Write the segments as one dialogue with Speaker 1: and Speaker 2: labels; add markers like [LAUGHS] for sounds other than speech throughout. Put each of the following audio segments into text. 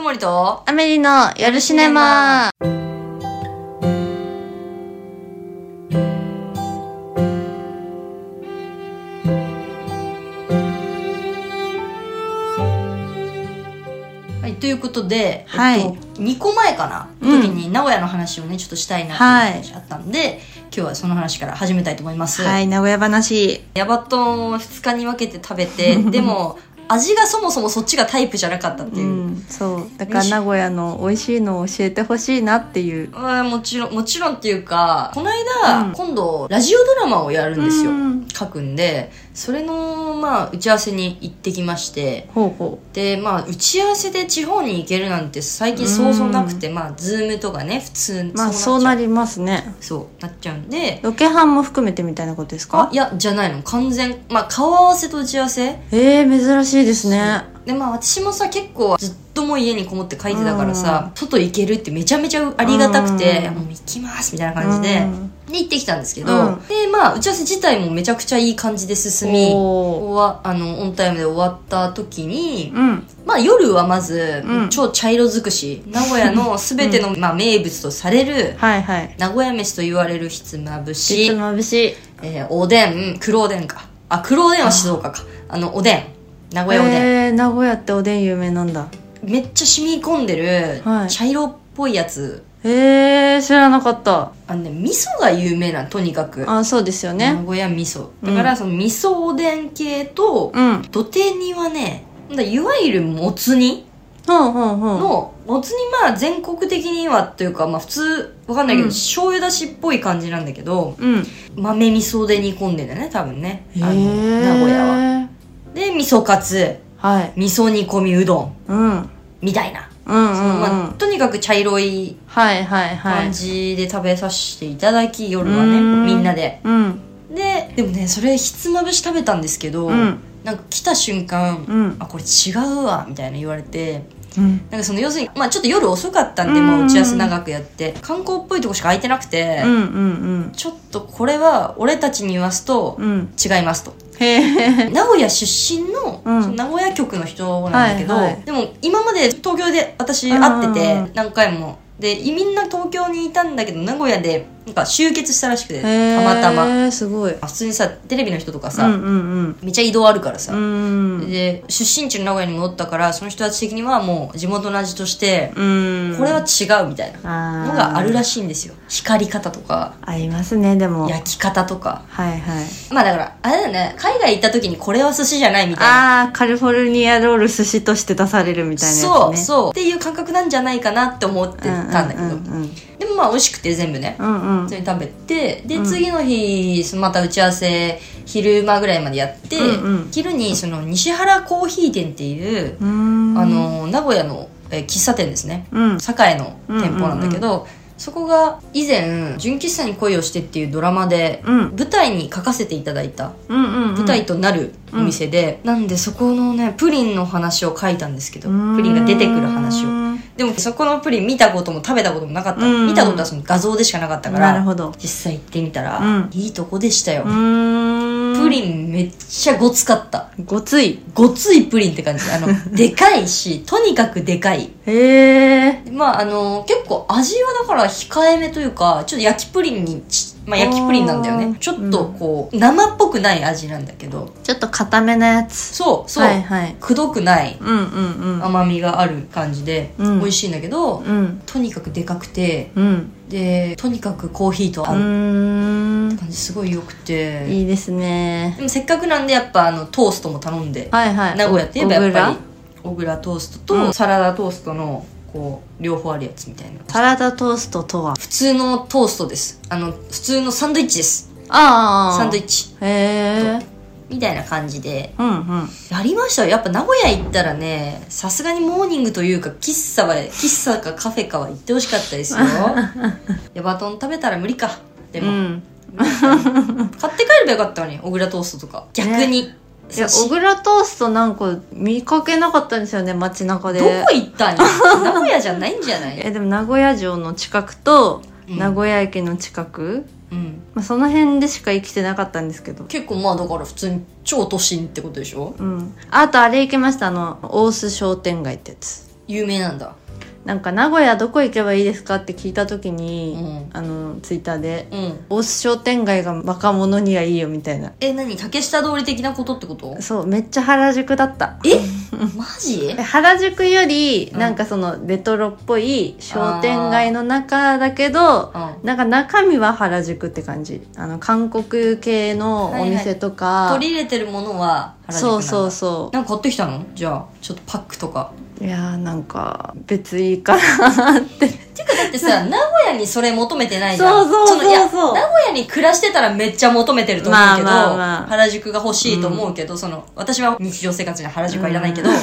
Speaker 1: 森と、
Speaker 2: アメリの夜シネマ
Speaker 1: はい、ということで、
Speaker 2: はい
Speaker 1: えっと、2個前かな、
Speaker 2: うん
Speaker 1: 時に名古屋の話をね、ちょっとしたいなっていう話あったんで、今日はその話から始めたいと思います。
Speaker 2: はい、名古屋話。
Speaker 1: ヤバトンを2日に分けて食べ
Speaker 2: [LAUGHS]
Speaker 1: て、でも、味がそもそもそっちがタイプじゃなかったって
Speaker 2: う
Speaker 1: いう。
Speaker 2: ん、そう。だから名古屋の美味しいのを教えてほしいなっていう。
Speaker 1: うんもちろん、もちろんっていうか、この間、
Speaker 2: うん
Speaker 1: 今度、ラジオドラマをやるんですよ
Speaker 2: う。ん
Speaker 1: 書くんで、それの、まあ、打ち合わせに行ってきまして、
Speaker 2: ほうほ
Speaker 1: で、まあ、打ち合わせで地方に行けるなんて最近そうそうなくて、まあ、ズームとかね、普通、
Speaker 2: う。まあ、そうな
Speaker 1: り、
Speaker 2: りますね。
Speaker 1: そう、なっちゃうんで、
Speaker 2: ロケハンも含めてみたいなことです
Speaker 1: あ
Speaker 2: か、
Speaker 1: いや、じゃないの。完全、まあ、顔合わせと打ち合わせ
Speaker 2: ええ珍しいですね。
Speaker 1: でまあ私もさ結構ずっともう家にこもって書いてたからさ、外行けるってめちゃめちゃありがたくて、
Speaker 2: うん
Speaker 1: もう行きますみたいな感じで、
Speaker 2: うん
Speaker 1: で行ってきたんですけど、
Speaker 2: うん
Speaker 1: でまあ打ち合わせ自体もめちゃくちゃいい感じで進み
Speaker 2: おー
Speaker 1: 終わあのオンタイムで終わった時に、
Speaker 2: うん。
Speaker 1: まあ夜はまず、
Speaker 2: うん
Speaker 1: 超茶色尽く
Speaker 2: [LAUGHS]
Speaker 1: し名古屋の全ての、まあ、名物とされる
Speaker 2: はいはい。
Speaker 1: 名古屋飯と言われるひつまぶ
Speaker 2: ひ
Speaker 1: し
Speaker 2: つ、まぶし。
Speaker 1: えーおでん黒おでんかあ黒おでんは静岡かあのおでん名古屋おでん、
Speaker 2: えー、名古屋っておでん有名なんだ。
Speaker 1: めっちゃ染み込んでる
Speaker 2: はい
Speaker 1: 茶色っぽいやつ、
Speaker 2: えー、知らなかった。
Speaker 1: あのね味噌が有名なのとにかく、
Speaker 2: あ、そうですよ
Speaker 1: 名
Speaker 2: ね。
Speaker 1: 古屋味噌
Speaker 2: う
Speaker 1: だ
Speaker 2: ん
Speaker 1: からその味噌おでん系と、
Speaker 2: うん。
Speaker 1: 土手煮はねだいわゆるもつ煮
Speaker 2: ほうほうほう。
Speaker 1: の、もつ煮まあ全国的にはというかまあ普通わかんないけど、
Speaker 2: うん
Speaker 1: 醤油だしっぽい感じなんだけど
Speaker 2: うん。
Speaker 1: 豆味噌で煮込んでんだよね多分ねあの
Speaker 2: へー
Speaker 1: 名古屋はで味噌カツ
Speaker 2: はい。
Speaker 1: 味噌煮込みうどん
Speaker 2: うん。うん
Speaker 1: みたいな、
Speaker 2: うん、うん
Speaker 1: まあ、とにかく茶色い
Speaker 2: はいはいはい
Speaker 1: 感。じで食べさせていただき、夜はね
Speaker 2: うん
Speaker 1: みんなで
Speaker 2: うん。
Speaker 1: ででもねそれひつまぶし食べたんですけど、
Speaker 2: うん。
Speaker 1: なんか来た瞬間、
Speaker 2: うん。
Speaker 1: あこれ違うわみたいな言われて
Speaker 2: うん。
Speaker 1: なんかその要するに、まあ、ちょっと夜遅かったんで、
Speaker 2: うん
Speaker 1: もう打ち合わせ長くやって観光っぽいとこしか空いてなくて、
Speaker 2: うんうん
Speaker 1: ちょっとこれは俺たちに言わすと
Speaker 2: うん。うん。
Speaker 1: 違いますと
Speaker 2: へえ。
Speaker 1: 名古屋出身の,、
Speaker 2: うん
Speaker 1: その名古屋局の人なんだけど、
Speaker 2: はいはい
Speaker 1: でも今まで東京で私会って
Speaker 2: う
Speaker 1: て
Speaker 2: ん
Speaker 1: 何回もでみんな東京にいたんだけど名古屋でなんか集結したらしくてた
Speaker 2: へー
Speaker 1: またま。
Speaker 2: すごい。
Speaker 1: 普通にさテレビの人とか
Speaker 2: う
Speaker 1: さ、
Speaker 2: んうんうん。
Speaker 1: めっちゃ移動あるから
Speaker 2: う
Speaker 1: さ、
Speaker 2: ん。
Speaker 1: で出身地の名古屋に戻ったからその人たち的にはもう地元の味として、
Speaker 2: うん。
Speaker 1: これは違うみたいな
Speaker 2: あー
Speaker 1: のがあるらしいんですよ光り方とか
Speaker 2: ありますね、でも。
Speaker 1: 焼き方とか
Speaker 2: はいはい。
Speaker 1: まあだからあれだよね海外行った時にこれは寿司じゃないみたいな
Speaker 2: あー、カリフォルニアロール寿司として出されるみたいなやつね。
Speaker 1: そうそうっていう感覚なんじゃないかなって思ってたんだけど、
Speaker 2: うんうんうん
Speaker 1: でもまあ美味しくて全部ね
Speaker 2: うんうん
Speaker 1: 普通に食べてで、次の日そのまた打ち合わせ昼間ぐらいまでやって、
Speaker 2: うんうん
Speaker 1: 昼にその西原コーヒー店っていう、
Speaker 2: うん。
Speaker 1: あの名古屋の、えー喫茶店ですね
Speaker 2: うん。
Speaker 1: 栄の店舗なんだけど、そこが以前「純喫茶に恋をして」っていうドラマで
Speaker 2: うん。
Speaker 1: 舞台に書かせていただいた
Speaker 2: うんうんうん。
Speaker 1: 舞台となるお店で、なんでそこのねプリンの話を書いたんですけど
Speaker 2: うん
Speaker 1: プリンが出てくる話を
Speaker 2: を。
Speaker 1: でもそこのプリン見たことも食べたこともなかった
Speaker 2: うん
Speaker 1: 見たことはその画像でしかなかったか
Speaker 2: なる
Speaker 1: ら
Speaker 2: ほど。
Speaker 1: 実際行ってみたら、
Speaker 2: うん
Speaker 1: いいとこでしたよ、
Speaker 2: うん。
Speaker 1: プリンめっちゃごつかった
Speaker 2: ン。ごつい。
Speaker 1: ごついプリンって感じあ
Speaker 2: [LAUGHS]
Speaker 1: のでかいしとにかくでかい
Speaker 2: へえ。
Speaker 1: まああの結構味はだから控えめというかちょっと焼きプリンにち、まあ、焼きプリンなんだよ
Speaker 2: あ
Speaker 1: ね
Speaker 2: ー
Speaker 1: ちょっとこう、生っぽくない味なんだけど
Speaker 2: ちょっと固めなやつ。
Speaker 1: そうそう、
Speaker 2: はいはい。
Speaker 1: くどくない
Speaker 2: うんうんうん。
Speaker 1: 甘みがある感じで、
Speaker 2: うん
Speaker 1: 美味しいんだけど、
Speaker 2: うん。
Speaker 1: とにかくでかくて
Speaker 2: うん。
Speaker 1: でとにかくコーヒーと
Speaker 2: う
Speaker 1: 合う
Speaker 2: ーん。
Speaker 1: 感じすごい良くて、
Speaker 2: いいですね。
Speaker 1: でもせっかくなんでやっぱあのトーストも頼んで
Speaker 2: はいはい。
Speaker 1: 名古屋って言えばやっぱり小
Speaker 2: 小倉
Speaker 1: 倉トースト
Speaker 2: う
Speaker 1: と
Speaker 2: ん
Speaker 1: サラダトーストのこう両方あるやつみたいな
Speaker 2: サラダトーストとは。
Speaker 1: 普通のトーストですあの普通のサンドイッチです
Speaker 2: ああ。
Speaker 1: サンドイ
Speaker 2: ッ
Speaker 1: ッチ
Speaker 2: チ。へえ。
Speaker 1: みたいな感じで
Speaker 2: うんうん。
Speaker 1: やりましたよやっぱ名古屋行ったらねさすがにモーニングというか喫茶は喫茶かカフェかは行ってほしかった
Speaker 2: [LAUGHS]
Speaker 1: ですよヤバトン食べたら無理かで
Speaker 2: う
Speaker 1: も、 [LAUGHS]
Speaker 2: ん。
Speaker 1: 買って帰ればよかったのに小倉トーストとか逆に、
Speaker 2: い
Speaker 1: さ
Speaker 2: や、
Speaker 1: し
Speaker 2: 小倉トーストなんか見かけなかったんですよね、街中で。
Speaker 1: どこ行ったん
Speaker 2: [LAUGHS]
Speaker 1: や名古屋じゃないんじゃない、
Speaker 2: え、でも名古屋城の近くと、
Speaker 1: うん
Speaker 2: 名古屋駅の近く、
Speaker 1: うん、
Speaker 2: まあ、その辺でしか生きてなかったんですけど。
Speaker 1: 結構まあだから普通に超都心ってことでしょ
Speaker 2: うん。あとあれ行きました、あの、大須商店街ってやつ。
Speaker 1: い有名なんだ
Speaker 2: なんか名古屋どこ行けばいいですかって聞いた時に、
Speaker 1: う
Speaker 2: あのツイッターで
Speaker 1: うん
Speaker 2: 「大須商店街が若者にはいいよ」みたいな
Speaker 1: え何竹下通り的なことってこと
Speaker 2: そうめっちゃ原宿だった
Speaker 1: えマジ
Speaker 2: え原宿より
Speaker 1: うん
Speaker 2: なんかそのレトロっぽい商店街の中だけど
Speaker 1: うん
Speaker 2: なんか中身は原宿って感じあの韓国系のお店とか、
Speaker 1: 取り入れてるものは原宿な
Speaker 2: そ
Speaker 1: んだ
Speaker 2: うそうそ
Speaker 1: なんか買ってきたのじゃあちょっとパックとか
Speaker 2: ういやーなんか別にいいか
Speaker 1: てかだってさ名古屋にそれ求めてないじゃん
Speaker 2: そうそうそうそう
Speaker 1: のいや名古屋に暮らしてたらめっちゃ求めてると思うけど、
Speaker 2: まあまあまあ
Speaker 1: 原宿が欲しいと思うけど、その私は日常生活には原宿はいらないけど、
Speaker 2: うん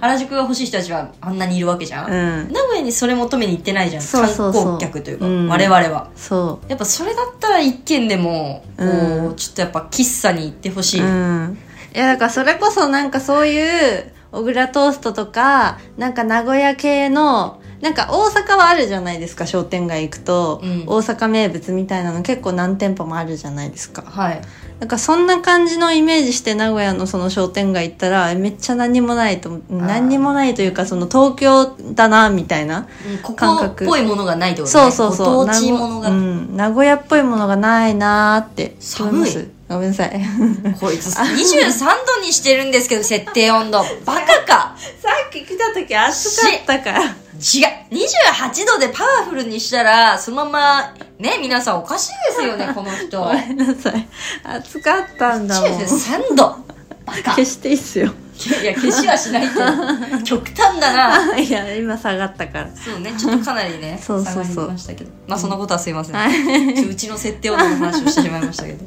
Speaker 1: 原宿が欲しい人たちはあんなにいるわけじゃん、
Speaker 2: なうん
Speaker 1: 名古屋にそれ求めに行ってないじゃん
Speaker 2: そうそうそう
Speaker 1: 観光客というか、
Speaker 2: うん
Speaker 1: 我々は
Speaker 2: そ
Speaker 1: やっぱそれだったら一軒でもこう、
Speaker 2: うん
Speaker 1: ちょっとやっぱ喫茶に行ってほし
Speaker 2: う
Speaker 1: い、
Speaker 2: うんいやだからそれこそなんかそういう小倉トーストとかなんか名古屋系のなんか大阪はあるじゃないですか商店街行くと、
Speaker 1: うん
Speaker 2: 大阪名物みたいなの結構何店舗もあるじゃないですか
Speaker 1: はい
Speaker 2: なんかそんな感じのイメージして名古屋のその商店街行ったらえめっちゃ何もないと思う何にもないというかその東京だなみたいな
Speaker 1: うんこ
Speaker 2: 感
Speaker 1: こっ
Speaker 2: 覚
Speaker 1: ぽいものがないってことね
Speaker 2: そうそうそ
Speaker 1: ご
Speaker 2: う
Speaker 1: 当地ものが、
Speaker 2: 名古うん、名古屋っぽいものがないなーって
Speaker 1: 寒い
Speaker 2: 思ますごめんなさい
Speaker 1: こいつ23度にしてるんですけど設定温度バカか
Speaker 2: さっき来た時暑かったから
Speaker 1: 違う28度でパワフルにしたらそのままね皆さんおかしいですよ [LAUGHS] ねこの人
Speaker 2: ごめんなさい暑かったんだもん
Speaker 1: 23度バカ
Speaker 2: 消していいっすよ
Speaker 1: いや消しはしない [LAUGHS] って極端だない
Speaker 2: や今下がったから
Speaker 1: そうねちょっとかなりね
Speaker 2: そうそうそ
Speaker 1: 下
Speaker 2: う
Speaker 1: がりましたけどまあそんなことはすいません、
Speaker 2: は
Speaker 1: ちょうちの設定温度の話をしてしまいましたけど [LAUGHS] で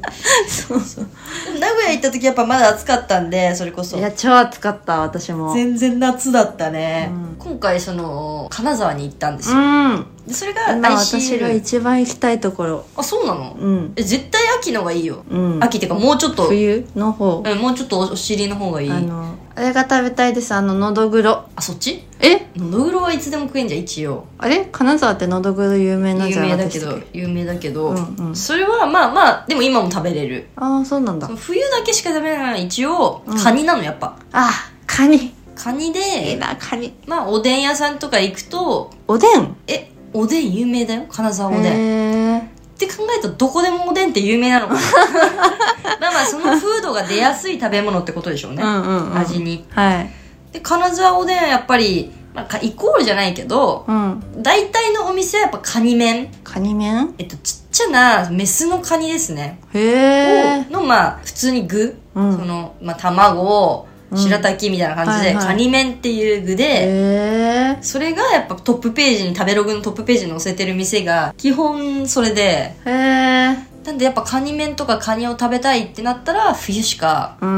Speaker 2: そうそう
Speaker 1: も名古屋行った時やっぱまだ暑かったんでそれこそ
Speaker 2: いや超暑かった私も
Speaker 1: 全然夏だったね、
Speaker 2: うん
Speaker 1: 今回その金沢に行ったんです
Speaker 2: う
Speaker 1: よ、
Speaker 2: ん
Speaker 1: でそれが
Speaker 2: 今私が
Speaker 1: ICU
Speaker 2: 一番行きたいところ
Speaker 1: あそうなの、
Speaker 2: うん
Speaker 1: え絶対秋のがいいよ、
Speaker 2: うん
Speaker 1: 秋っていうかもうちょっと
Speaker 2: 冬の方
Speaker 1: うんもうちょっとお尻の方がいい
Speaker 2: あ
Speaker 1: あ
Speaker 2: のあれが食べたいですあののどぐろ
Speaker 1: そっち
Speaker 2: え
Speaker 1: のどぐろはいつでも食えんじゃん一応
Speaker 2: あれ金沢ってのどぐろ有名なんじ
Speaker 1: 有
Speaker 2: ゃな
Speaker 1: 名
Speaker 2: かった
Speaker 1: だ
Speaker 2: で
Speaker 1: け
Speaker 2: す
Speaker 1: ど有名だけど、
Speaker 2: うんうん
Speaker 1: それはまあまあでも今も食べれる
Speaker 2: ああそうなんだ
Speaker 1: その冬だけしか食べれない一応
Speaker 2: うん
Speaker 1: カニなのやっぱ、
Speaker 2: あカニ
Speaker 1: カニ
Speaker 2: いい
Speaker 1: で
Speaker 2: なカニ
Speaker 1: まあおでん屋さんとか行くと
Speaker 2: おでん
Speaker 1: えおでん有名だよ金沢おでん
Speaker 2: へえ
Speaker 1: って考えたらどこでもおでんって有名な
Speaker 2: [LAUGHS]
Speaker 1: のかなまあまあその風土が出やすい食べ物ってことでしょうね、
Speaker 2: うんうんうん
Speaker 1: 味に
Speaker 2: はい
Speaker 1: で金沢おでんはやっぱり、まあか、イコールじゃないけど
Speaker 2: うん
Speaker 1: 大体のお店はやっぱカニ麺
Speaker 2: カニ麺
Speaker 1: えっとちっちゃなメスのカニですね
Speaker 2: へ
Speaker 1: を
Speaker 2: え
Speaker 1: のまあ普通に具、
Speaker 2: うん
Speaker 1: その、まあ、卵
Speaker 2: うん
Speaker 1: 白滝みたいな感じで、
Speaker 2: はいはい
Speaker 1: カニ麺っていう具
Speaker 2: へ
Speaker 1: で
Speaker 2: え
Speaker 1: それがやっぱトップページに食べログのトップページに載せてる店が基本それで
Speaker 2: へえ
Speaker 1: なんでやっぱカニ麺とかカニを食べたいってなったら冬しか
Speaker 2: うー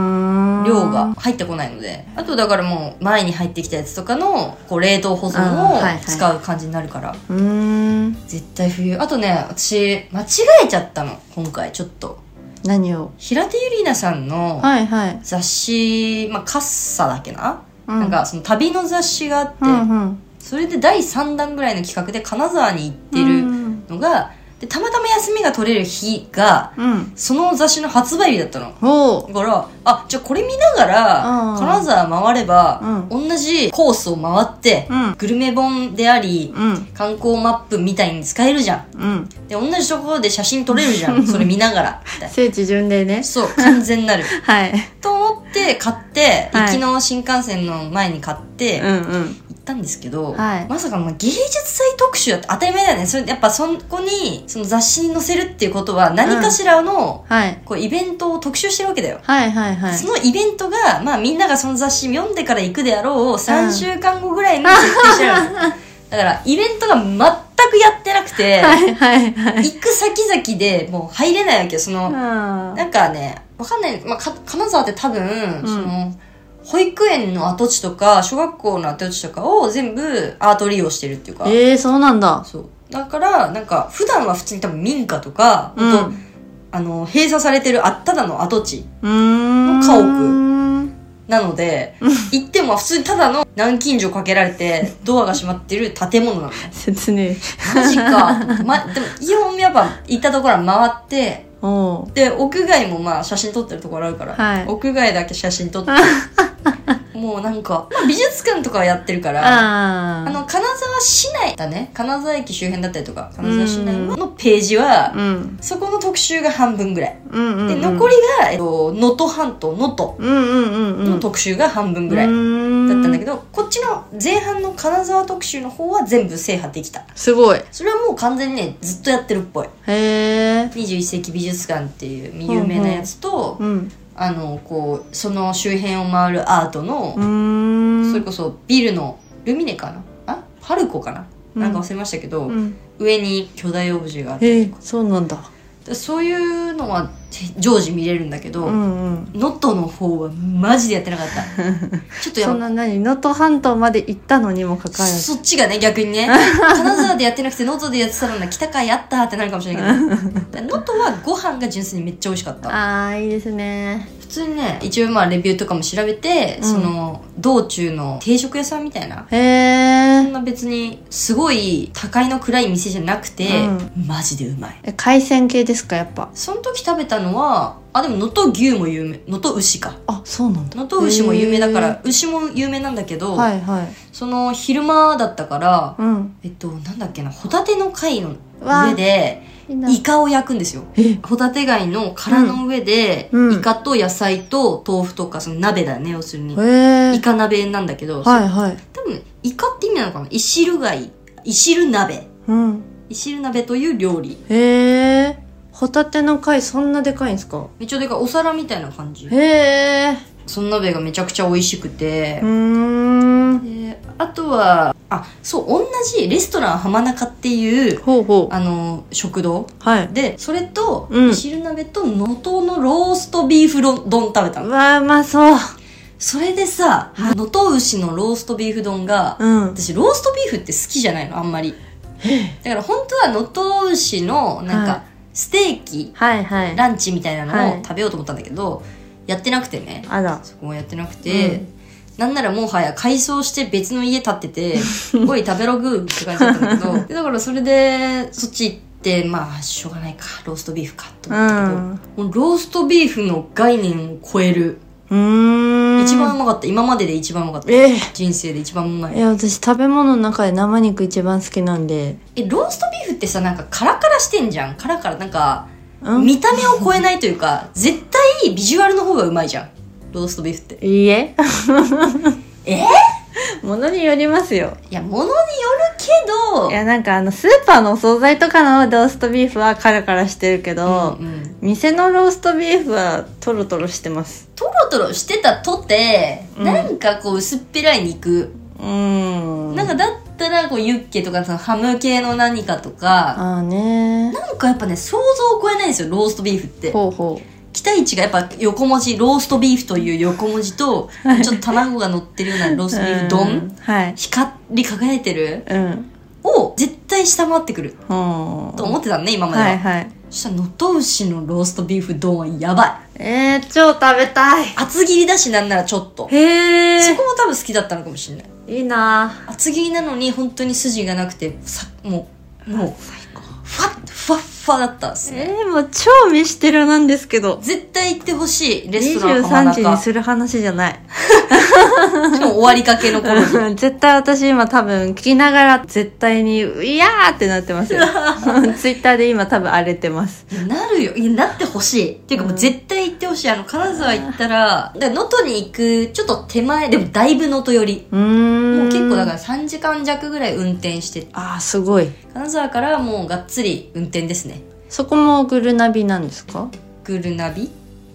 Speaker 2: ん
Speaker 1: 量が入ってこないのであとだからもう前に入ってきたやつとかのこう冷凍保
Speaker 2: あーはい
Speaker 1: 存
Speaker 2: は
Speaker 1: を
Speaker 2: い
Speaker 1: 使う感じになるから、
Speaker 2: うーん
Speaker 1: 絶対冬あとね私間違えちゃったの今回ちょっと
Speaker 2: 何を
Speaker 1: 平手ゆりなさんの
Speaker 2: はいはい
Speaker 1: 雑誌まあカッサだっけな、
Speaker 2: うん
Speaker 1: なんかその旅の雑誌があって、
Speaker 2: うんうん
Speaker 1: それで第3弾ぐらいの企画で金沢に行って
Speaker 2: う
Speaker 1: る
Speaker 2: ん
Speaker 1: のが、でたまたま休みが取れる日が
Speaker 2: うん
Speaker 1: その雑誌の発売日だったの
Speaker 2: おう
Speaker 1: だからあじゃあこれ見ながら
Speaker 2: うん
Speaker 1: 金沢回れば、同じコースを回って、
Speaker 2: うん
Speaker 1: グルメ本であり、
Speaker 2: うん
Speaker 1: 観光マップみたいに使えるじゃん
Speaker 2: うん
Speaker 1: で同じところで写真撮れるじゃんそれ見なが
Speaker 2: [LAUGHS]
Speaker 1: らみたいな
Speaker 2: 聖地巡礼ね
Speaker 1: そう完全なる
Speaker 2: はい
Speaker 1: と思って買って、
Speaker 2: はい
Speaker 1: 行きの新幹線の前に買って、
Speaker 2: うんうん
Speaker 1: 行ったんですけど、
Speaker 2: はい
Speaker 1: まさかまあ芸術祭特集だって当たり前だよねそれやっぱそこにその雑誌に載せるっていうことは何かしらの、
Speaker 2: はい
Speaker 1: こうイベントを特集してるわけだよ
Speaker 2: はいはいはい
Speaker 1: そのイベントが、まあみんながその雑誌読んでから行くであろう3週間後ぐらいに設定してあるの [LAUGHS] だから、イベントが全くやってなくて、
Speaker 2: はいはいはい
Speaker 1: 行く先々でもう入れないわけよ。その、
Speaker 2: あ
Speaker 1: なんかね、わかんない、まあ、か金沢って多分、
Speaker 2: ん
Speaker 1: その、保育園の跡地とか、小学校の跡地とかを全部アート利用してるっていうか
Speaker 2: ー、えー、そうなんだ
Speaker 1: そう。だから、なんか、普段は普通に多分民家とか、
Speaker 2: うん
Speaker 1: ほんとあの、閉鎖されてるあ、ただの跡地
Speaker 2: うーん
Speaker 1: の家なので、行っても普通にただの南京錠かけられて、ドアが閉まってる建物なの。
Speaker 2: 説明
Speaker 1: マジか。ま、でも、基本やっぱ行ったところは回って、
Speaker 2: おう
Speaker 1: で、屋外もまあ写真撮ってるところあるから、
Speaker 2: はい
Speaker 1: 屋外だけ写真撮って、もうなんか、まあ美術館とかはやってるから、
Speaker 2: あ
Speaker 1: あ
Speaker 2: あ
Speaker 1: の、金沢市内だね、金沢駅周辺だったりとか、金沢市内のページは、
Speaker 2: うん
Speaker 1: そこの特集が半分ぐらい。
Speaker 2: うんうん
Speaker 1: で、残りが、えっと、能登半島、能登
Speaker 2: うんうんうんうん
Speaker 1: の特集が半分ぐらいだったんだけど、こっちの前半の金沢特集の方は全部制覇できた。
Speaker 2: すごいへ
Speaker 1: それはもう完全にね、ずっとやってるっぽい。
Speaker 2: え
Speaker 1: 21世紀美術館っていう有名なやつと、
Speaker 2: うん
Speaker 1: あの、こう、その周辺を回るアートの、
Speaker 2: うーん
Speaker 1: それこそビルのルミネかなあハルコかな、
Speaker 2: うん
Speaker 1: なんか忘れましたけど、
Speaker 2: うん
Speaker 1: 上に巨大オブジェがあって、
Speaker 2: えー、そうなんだ
Speaker 1: でそういうのは常時見れるんだけど、
Speaker 2: うんうん
Speaker 1: 能登の方はマジでやってなかった
Speaker 2: [LAUGHS]
Speaker 1: ちょっとや
Speaker 2: そ
Speaker 1: っ
Speaker 2: んな何能登半島まで行ったのにもかかわらず
Speaker 1: そっちがね逆
Speaker 2: [LAUGHS]
Speaker 1: にね金沢でやってなくて能登でやってたのな北海やったーってなるかもしれない
Speaker 2: [LAUGHS]
Speaker 1: けど能登はご飯が純粋にめっちゃ美味しかった
Speaker 2: ああいいですね
Speaker 1: 普通にね一応まあレビューとかも調べて、
Speaker 2: うん
Speaker 1: その道中の定食屋さんみたいなそん
Speaker 2: へえ
Speaker 1: な別にすごい高いの暗い店じゃなくて、
Speaker 2: う
Speaker 1: マジでうまい
Speaker 2: え海鮮系ですかやっぱ
Speaker 1: その時食べたのはあでも能登牛も有名能登牛か
Speaker 2: あそうなんだ
Speaker 1: 能登牛も有名だから牛も有名なんだけど、
Speaker 2: はいはい
Speaker 1: その昼間だったから
Speaker 2: うん
Speaker 1: えっとなんだっけなホタテの貝の
Speaker 2: わあ
Speaker 1: 上で
Speaker 2: いいな
Speaker 1: イカを焼くんですよ
Speaker 2: え
Speaker 1: ホタテ貝の殻の上で、
Speaker 2: う
Speaker 1: イ
Speaker 2: ん
Speaker 1: カと野菜と豆腐とかその鍋だね要するに、
Speaker 2: へ
Speaker 1: イカ鍋なんだけど、
Speaker 2: はいはい
Speaker 1: 多分イカって意味なのかなイシル貝イシル鍋
Speaker 2: うん
Speaker 1: イシル鍋という料理
Speaker 2: へえホタテの貝そんなでかいんですか
Speaker 1: めっちゃでかいお皿みたいな感じ
Speaker 2: へえ
Speaker 1: その鍋がめちゃくちゃ美味しくて
Speaker 2: うー、ん
Speaker 1: であとはあそう同じレストラン浜中っていう
Speaker 2: ほうほう
Speaker 1: あの食堂
Speaker 2: はい
Speaker 1: でそれと、
Speaker 2: うん
Speaker 1: 煮汁鍋と能登のローストビーフ丼食べた
Speaker 2: う
Speaker 1: の
Speaker 2: わうまそう
Speaker 1: それでさ能登牛のローストビーフ丼が、
Speaker 2: うん
Speaker 1: 私ローストビーフって好きじゃないのあんまりだから本当は能登牛のなん
Speaker 2: はい
Speaker 1: かステーキ、
Speaker 2: はいはい
Speaker 1: ランチみたいな
Speaker 2: は
Speaker 1: の
Speaker 2: い
Speaker 1: を食べようと思ったんだけど、やってなくてね
Speaker 2: あら
Speaker 1: そこもやってなくて、
Speaker 2: うん
Speaker 1: なんならもはや改装して別の家建って
Speaker 2: [LAUGHS]
Speaker 1: て「おい食べログ」って感じだったんだけどでだからそれでそっち行ってまあしょうがないかローストビーフかと思ったけど、もうローストビーフの概念を超える、
Speaker 2: うんうーん
Speaker 1: 一番うまかった今までで一番うまかった
Speaker 2: ええ
Speaker 1: 人生で一番うま
Speaker 2: い
Speaker 1: い
Speaker 2: や私食べ物の中で生肉一番好きなんで、
Speaker 1: えローストビーフってさなんかカラカラしてんじゃんカラカラなんか
Speaker 2: うん、い
Speaker 1: 見た目を超えないというか絶対ビジュアルの方がうまいじゃんローストビーフって
Speaker 2: いえ
Speaker 1: [LAUGHS] え
Speaker 2: ものによりますよ
Speaker 1: いや、物によるけど、
Speaker 2: いやなんかあのスーパーのお惣菜とかのローストビーフはカラカラしてるけど、
Speaker 1: うんうん
Speaker 2: 店のローストビーフはトロトロしてます
Speaker 1: トロトロしてたとて、
Speaker 2: うん
Speaker 1: なんかこう薄っぺらい肉。
Speaker 2: うーん
Speaker 1: なんかだったら、こうユッケとかさ、ハム系の何かとか、
Speaker 2: ああね
Speaker 1: なんかやっぱね、想像を超えないんですよ、ローストビーフって。
Speaker 2: ほうほ
Speaker 1: 期待値がやっぱ横文字、ローストビーフという横文字と、ちょっと卵が乗ってるようなロー
Speaker 2: う
Speaker 1: ストビーフ
Speaker 2: うん
Speaker 1: 丼、
Speaker 2: はい
Speaker 1: 光り輝いてる
Speaker 2: うん
Speaker 1: を絶対下回ってくる
Speaker 2: ほう
Speaker 1: と思ってたのね、今までは。
Speaker 2: はいはい
Speaker 1: そしたら、能登牛のローストビーフ丼はやばい。
Speaker 2: えー、超食べたい
Speaker 1: 厚切りだしなんならちょっと。
Speaker 2: へ
Speaker 1: そ
Speaker 2: え
Speaker 1: こも多分好きだったのかもしれない。
Speaker 2: いいな
Speaker 1: 厚切りなのに本当に筋がなくて、さ、もう、もう、
Speaker 2: 最高
Speaker 1: ふわっ、ふわっふわだったっすね。
Speaker 2: えー、もう超ミステルなんですけど
Speaker 1: 絶対行ってほしい、レストラン浜
Speaker 2: 23
Speaker 1: 中。
Speaker 2: 時にする話じゃない
Speaker 1: しかも終わりかけ [LAUGHS] の頃に。
Speaker 2: うん絶対私今多分聞きながら絶対に「いやー!」ってなってま
Speaker 1: [LAUGHS]
Speaker 2: すよツイッターで今多分荒れてます
Speaker 1: いやなるよ。いや、なってほしい。っていうかもう絶対行ってほしい。あの、金沢行ったら、だから能登に行く、ちょっと手前、でもだいぶ能登寄り。
Speaker 2: うーん
Speaker 1: もう結構だ
Speaker 2: ら
Speaker 1: から3時間弱ぐらい運転して、
Speaker 2: あーすごい
Speaker 1: 金沢からもうがっつり運転ですね。
Speaker 2: そこもグルナビなんですか
Speaker 1: グルナビ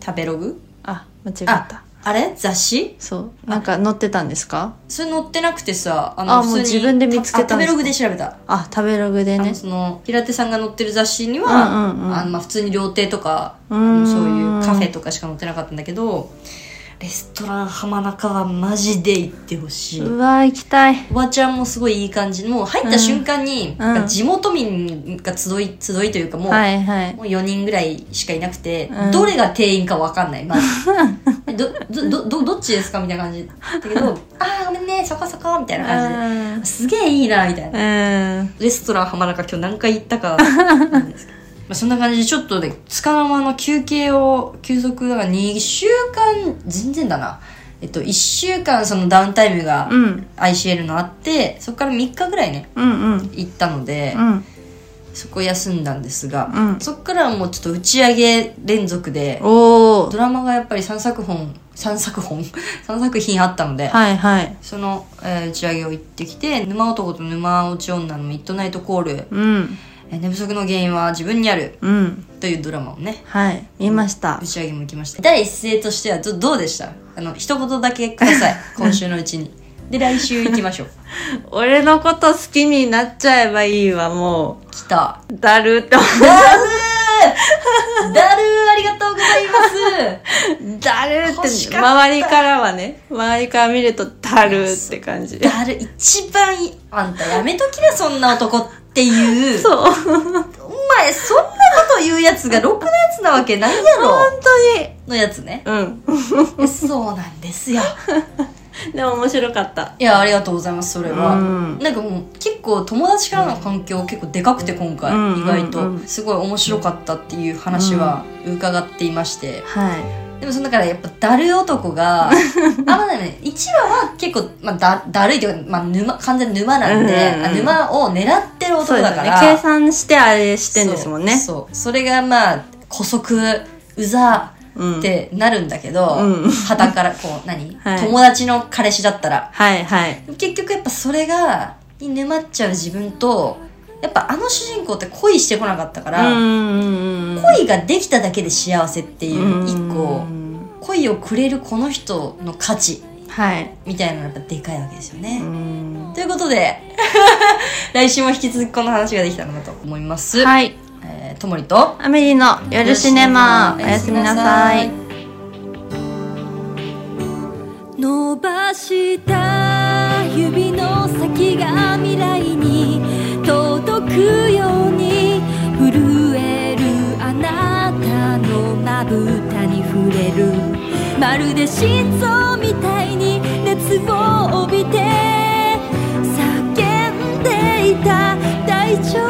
Speaker 1: 食べログ
Speaker 2: あ間違った
Speaker 1: あれ雑誌
Speaker 2: そうなんか載ってたんですか
Speaker 1: それ載ってなくてさあ
Speaker 2: あもう自分で見つけたん
Speaker 1: あ食べ
Speaker 2: ですか
Speaker 1: ログで調べた、
Speaker 2: あ食べログで
Speaker 1: あの
Speaker 2: ね
Speaker 1: その平手さんが載ってる雑誌には、
Speaker 2: うんうんうん
Speaker 1: あのまあ、普通に料亭とかあ
Speaker 2: うーん
Speaker 1: のそういうカフェとかしか載ってなかったんだけどレストラン浜中はマジで行ってほしい、
Speaker 2: うわー行きたい
Speaker 1: おばちゃんもすごいいい感じもう入った瞬間に、なんか地元民が集い集いというかもう、
Speaker 2: はいはい
Speaker 1: もう4人ぐらいしかいなくて、
Speaker 2: うん
Speaker 1: どれが店員か分かんない、
Speaker 2: [LAUGHS]
Speaker 1: まず。えど、ど、ど、ど、どっちですかみたいな感じだけ
Speaker 2: [LAUGHS]
Speaker 1: ど、あーごめんね、そこそこみたいな感
Speaker 2: あ
Speaker 1: じで。すげえいいな、みたいな。
Speaker 2: ーうん
Speaker 1: レストラン浜中今日何回行った
Speaker 2: [LAUGHS]
Speaker 1: かなんですけど。まあそんな感じで、ちょっとね、つかの間の休憩を、休息だから2週間、全然だな。えっと、1週間そのダウンタイムが
Speaker 2: うん
Speaker 1: ICL のあってそこから3日ぐらいね
Speaker 2: うんうん
Speaker 1: 行ったので、
Speaker 2: うん
Speaker 1: そこ休んだんですが、
Speaker 2: うん
Speaker 1: そこからはもうちょっと打ち上げ連続で
Speaker 2: おー
Speaker 1: ドラマがやっぱり3作本3作本3 [LAUGHS] 作品あったので、
Speaker 2: はいはい
Speaker 1: その、えー打ち上げを行ってきて「沼男と沼落ち女のミッドナイトコール、
Speaker 2: うん
Speaker 1: えー寝不足の原因は自分にある
Speaker 2: うん」
Speaker 1: というドラマをね
Speaker 2: はい見ました
Speaker 1: 打ち上げも行きました第一声としてはどどうでしたあの一言だけくだ [LAUGHS] さい今週のうちにで来週行きましょう
Speaker 2: 俺のこと好きになっちゃえばいいわも
Speaker 1: 来た
Speaker 2: うだるって思
Speaker 1: だるー [LAUGHS] だるーありがとうございます
Speaker 2: うだるって
Speaker 1: 欲しかった
Speaker 2: 周りからはね周りから見るとだるって感じ
Speaker 1: だる一番いいあんたやめときなそんな男っていう
Speaker 2: そう
Speaker 1: お前そんなこと言うやつがろくなやつなわけないやろ
Speaker 2: 本当に
Speaker 1: のやつね [LAUGHS]
Speaker 2: うん
Speaker 1: そうなんですよ
Speaker 2: でも面白かった
Speaker 1: いやありがとうございますそれは、
Speaker 2: うん
Speaker 1: なんかもう結構友達からの環境結構でかくて今回、
Speaker 2: うん
Speaker 1: 意外と、
Speaker 2: うんうん
Speaker 1: すごい面白かったっていう話は伺っていまして、
Speaker 2: は
Speaker 1: でもその中でやっぱだるい男
Speaker 2: [LAUGHS]
Speaker 1: があまだね1話は結構、まあ、だだるいというか、まあ、沼完全に沼なんで、
Speaker 2: うんうん
Speaker 1: あ沼を狙ってる
Speaker 2: いそ
Speaker 1: 男
Speaker 2: うで
Speaker 1: だ
Speaker 2: す
Speaker 1: か
Speaker 2: ね
Speaker 1: ら
Speaker 2: 計算してあれしてんですもんね
Speaker 1: そうそうそれがまあ姑息うざ
Speaker 2: うん
Speaker 1: ってなるんだけど、は
Speaker 2: うん
Speaker 1: たからこう何、
Speaker 2: はい
Speaker 1: 友達の彼氏だったら
Speaker 2: はいはい
Speaker 1: 結局やっぱそれがに沼っちゃう自分とやっぱあの主人公って恋してこなかったから、
Speaker 2: うんうんうん
Speaker 1: 恋ができただけで幸せっていう一
Speaker 2: う
Speaker 1: 個
Speaker 2: ん
Speaker 1: 恋をくれるこの人の価値
Speaker 2: はい
Speaker 1: みたいなのがやっぱでかいわけですよ
Speaker 2: う
Speaker 1: ね。
Speaker 2: ん
Speaker 1: ということで [LAUGHS] 来週も引き続きこの話ができたらなと思います。
Speaker 2: はい
Speaker 1: えーともりと
Speaker 2: アメリの夜シネマおやすみなさい
Speaker 3: 伸ばした指の先が未来に届くように震えるあなたのまぶたに触れるまるで心臓みたいに熱を帯びて叫んでいた大丈